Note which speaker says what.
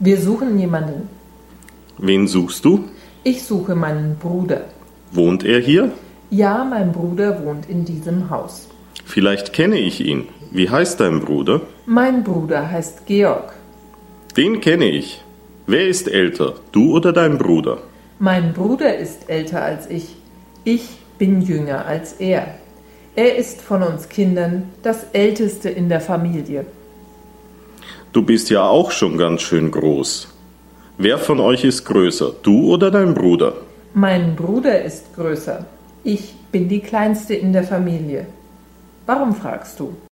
Speaker 1: Wir suchen jemanden.
Speaker 2: Wen suchst du?
Speaker 1: Ich suche meinen Bruder.
Speaker 2: Wohnt er hier?
Speaker 1: Ja, mein Bruder wohnt in diesem Haus.
Speaker 2: Vielleicht kenne ich ihn. Wie heißt dein Bruder?
Speaker 1: Mein Bruder heißt Georg.
Speaker 2: Den kenne ich. Wer ist älter, du oder dein Bruder?
Speaker 1: Mein Bruder ist älter als ich. Ich bin jünger als er. Er ist von uns Kindern das Älteste in der Familie.
Speaker 2: Du bist ja auch schon ganz schön groß. Wer von euch ist größer, du oder dein Bruder?
Speaker 1: Mein Bruder ist größer. Ich bin die Kleinste in der Familie. Warum fragst du?